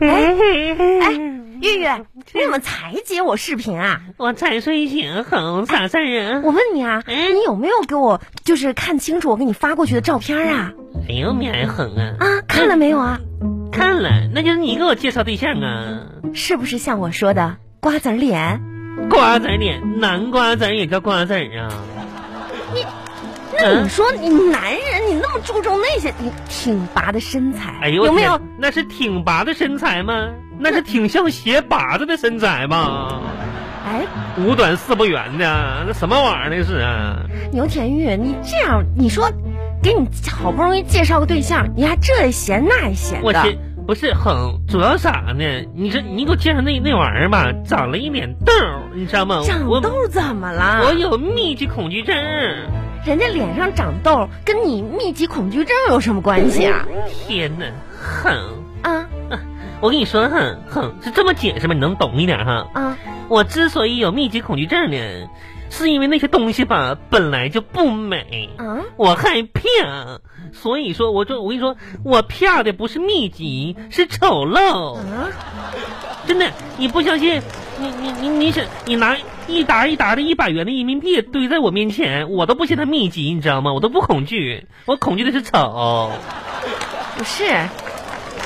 哎你怎么才截我视频啊？我才睡醒，很傻三人。我问你啊，嗯你有没有给我就是看清楚我给你发过去的照片啊？哎呦，你还狠啊！啊，看了没有啊？看了，那就是你给我介绍对象啊。是不是像我说的瓜子儿脸？瓜子儿脸，南瓜子儿也叫瓜子儿啊。那嗯你说你男人，你那么注重那些，你挺拔的身材，哎呦，有没有我？天？那是挺拔的身材吗？那是挺像鞋拔子的身材吧？哎，五短四不圆的，那什么玩意儿那是啊？牛田玉，你这样，你说给你好不容易介绍个对象，你还这也嫌那也嫌我的，去，不是哼，主要啥呢？你这你给我介绍那那玩意儿吧，长了一脸痘儿，你知道吗？长我痘怎么我了？有密集恐惧症儿。人家脸上长痘跟你密集恐惧症有什么关系啊？天哪，哼！啊我跟你说，哼哼，是这么解释吧？你能懂一点哈？啊！我之所以有密集恐惧症呢，是因为那些东西吧本来就不美，啊我害怕，所以说我就我跟你说，我怕的不是密集，是丑陋。啊！真的，你不相信？你你你你想，你拿一沓一沓的一百元的人民币堆在我面前，我都不嫌它密集，你知道吗？我都不恐惧，我恐惧的是丑。不是，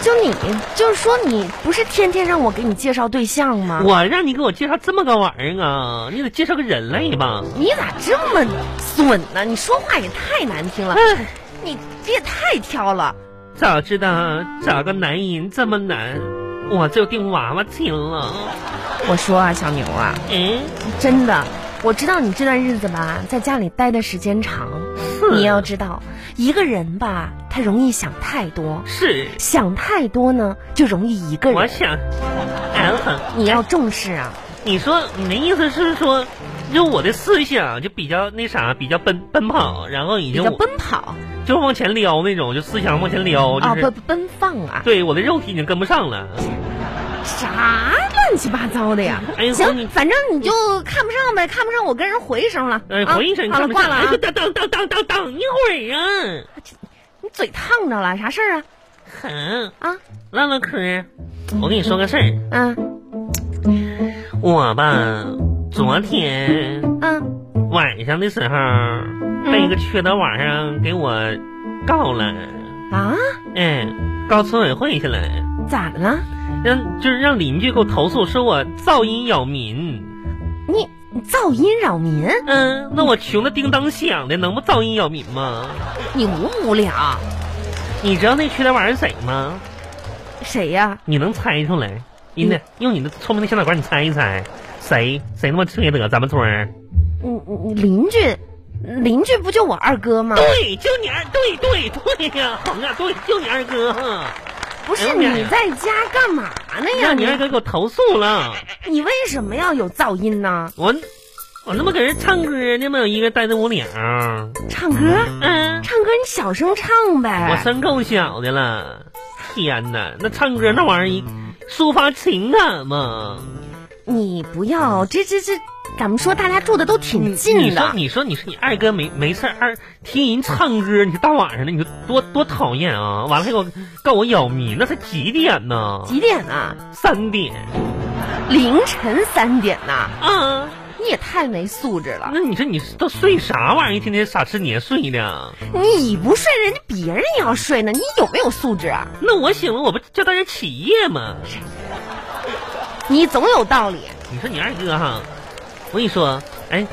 就你就是说你不是天天让我给你介绍对象吗？我让你给我介绍这么个玩意儿啊，你得介绍个人类吧？你咋这么损呢？你说话也太难听了，唉，你别太挑了。早知道找个男人这么难，我就定娃娃亲了。我说啊，小牛啊，嗯，真的，我知道你这段日子吧，在家里待的时间长，是你要知道，一个人吧，他容易想太多，是，想太多呢，就容易一个我人。想，哎哼。你要重视啊，你说你的意思是说，就我的思想就比较那啥，比较奔奔跑，然后已比经较奔跑就往前撩那种，就思想往前撩，啊，就是、奔奔放啊，对我的肉体已经跟不上了。啥乱七八糟的呀？ 哎呦你行，反正你就看不上呗，看不上我跟人回一声了。呃，啊回一声，好了，挂了啊哎呦，！等等等等等等一会儿啊，你嘴烫着了，啥事儿啊？哼，啊，唠唠嗑。我跟你说个事儿，嗯我吧，昨天嗯，晚上的时候被一个缺德玩意儿给我告了，啊，嗯，告村委会去了。咋的了？让就是让邻居给我投诉，说我噪音扰民。你你噪音扰民，嗯，那我穷的叮当响的，能不噪音扰民吗？你无不无聊？你知道那缺德玩意儿是谁吗？谁呀、你能猜出来？你呢？用你的聪明的小脑瓜，你猜一猜，谁谁那么缺德？咱们村儿？你你你邻居，邻居不就我二哥吗？对，就你二，对对对呀， 好呀，对，就你二哥。不是哎呦妈呀你在家干嘛呢呀？让你二你哥给我投诉了，你为什么要有噪音呢？我我那么搁人唱歌呢嘛，有一个呆着无影儿。唱歌，嗯。唱歌你小声唱我呗。声够小的了，天哪，那唱歌那玩意儿，抒发情感嘛。你不要这这这，咱们说大家住的都挺你近说，的，你说，你说，你二哥没没事儿二听人唱歌，你说大晚上的，你说多多讨厌啊！完了还给我告我扰民，那才几点呢？几点啊？三点凌晨三点呐、啊！你也太没素质了。那你说你都睡啥玩意儿？一天天傻吃黏睡的。你不睡，人家别人也要睡呢，你有没有素质啊？那我醒了，我不叫大家起夜吗？你总有道理。你说你二哥哈，我跟你说，哎，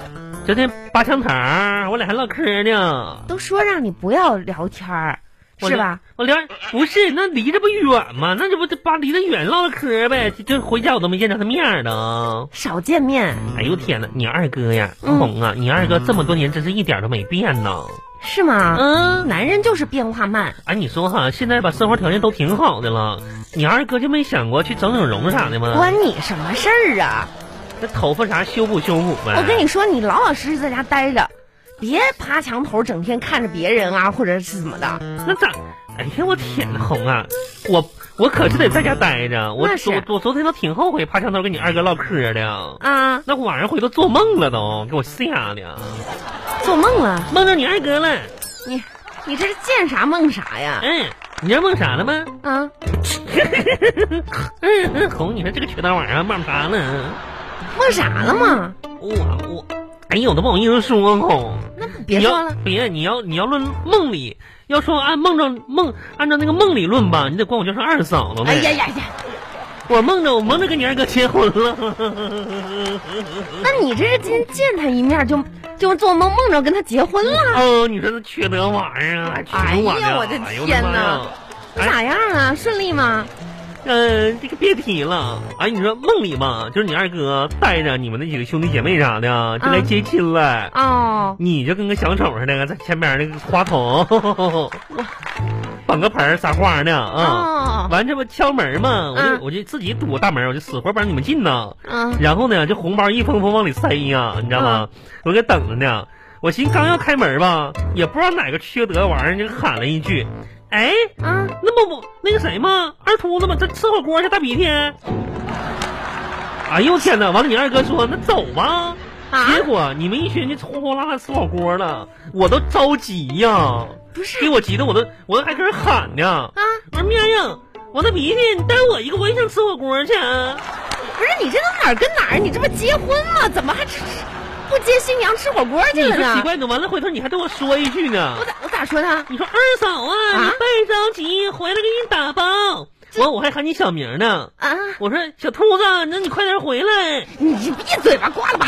昨天拔香肠儿，我俩还唠嗑呢。都说让你不要聊天儿，我是聊吧？？我聊不是，那离着不远吗？那这不把离得远唠唠嗑呗？就就回家我都没见着他面儿呢。少见面哎呦天哪，你二哥呀，嗯红啊，你二哥这么多年真是一点儿都没变呢。是吗？嗯，男人就是变化慢，哎，你说哈，现在吧生活条件都挺好的了，你二哥就没想过去整整容啥的吗？关你什么事儿啊？那头发啥修补修补啊呗。我跟你说，你老老实实在家待着，别爬墙头，整天看着别人啊，或者是怎么的。那咋？哎呀，我天哪，红啊，我我可是得在家待着。我那是昨我昨天都挺后悔爬墙头跟你二哥唠嗑的。啊，那晚上回头做梦了都，给我吓的，做梦了！梦到你二哥了。你你这是见啥梦啥呀？嗯，你知道梦啥了吗？啊，嗯嗯，红，你说这个缺德玩意儿梦啥呢？梦啥了嘛？我我，哎呀，我都不好意思说红。那别说了你要，别，你要你要论梦里，要说按梦中梦按照那个梦理论吧，你得管我叫声二嫂子呢。哎呀呀呀，我梦着我梦着跟你二哥结婚 了，那你这是今天见他一面就就做梦梦着跟他结婚了，哦，你说这缺德玩意儿啊，缺德玩哎意儿呀啊，我的哎呦天妈呀哪！哎咋样啊？顺利吗？嗯，这个别提了。哎，你说梦里吧，就是你二哥带着你们那几个兄弟姐妹啥的啊，就来接亲了。哦，你就跟个小丑似的，在前边那个花筒，绑个盆儿撒花呢啊！哦，完这不敲门嘛，我就、嗯我就自己堵大门，我就死活不让你们进呢。嗯，然后呢，这红包一封封往里塞呀，你知道吗？我搁等着呢。我寻思刚要开门吧，也不知道哪个缺德玩意儿就喊了一句：“哎，啊，那不不那个谁吗？二秃子吗？他吃火锅去大鼻涕。哎呦我天哪！完了，你二哥说那走吧。啊结果你们一群就呼呼啦啦吃火锅了，我都着急呀，不是给我急的我都我都还搁这喊呢。啊，我说面呀，我那鼻涕，你带我一个，我也想吃火锅去。啊不是你这都哪儿跟哪儿？你这不结婚吗？怎么还吃不接新娘吃火锅去你了说奇呢？怪呢，完了回头你还对我说一句呢我。咋我咋说他？你说二嫂啊，啊你别着急，回来给你打包。完我还喊你小名呢，啊，我说小兔子，那你快点回来。你一嘴巴挂了吧！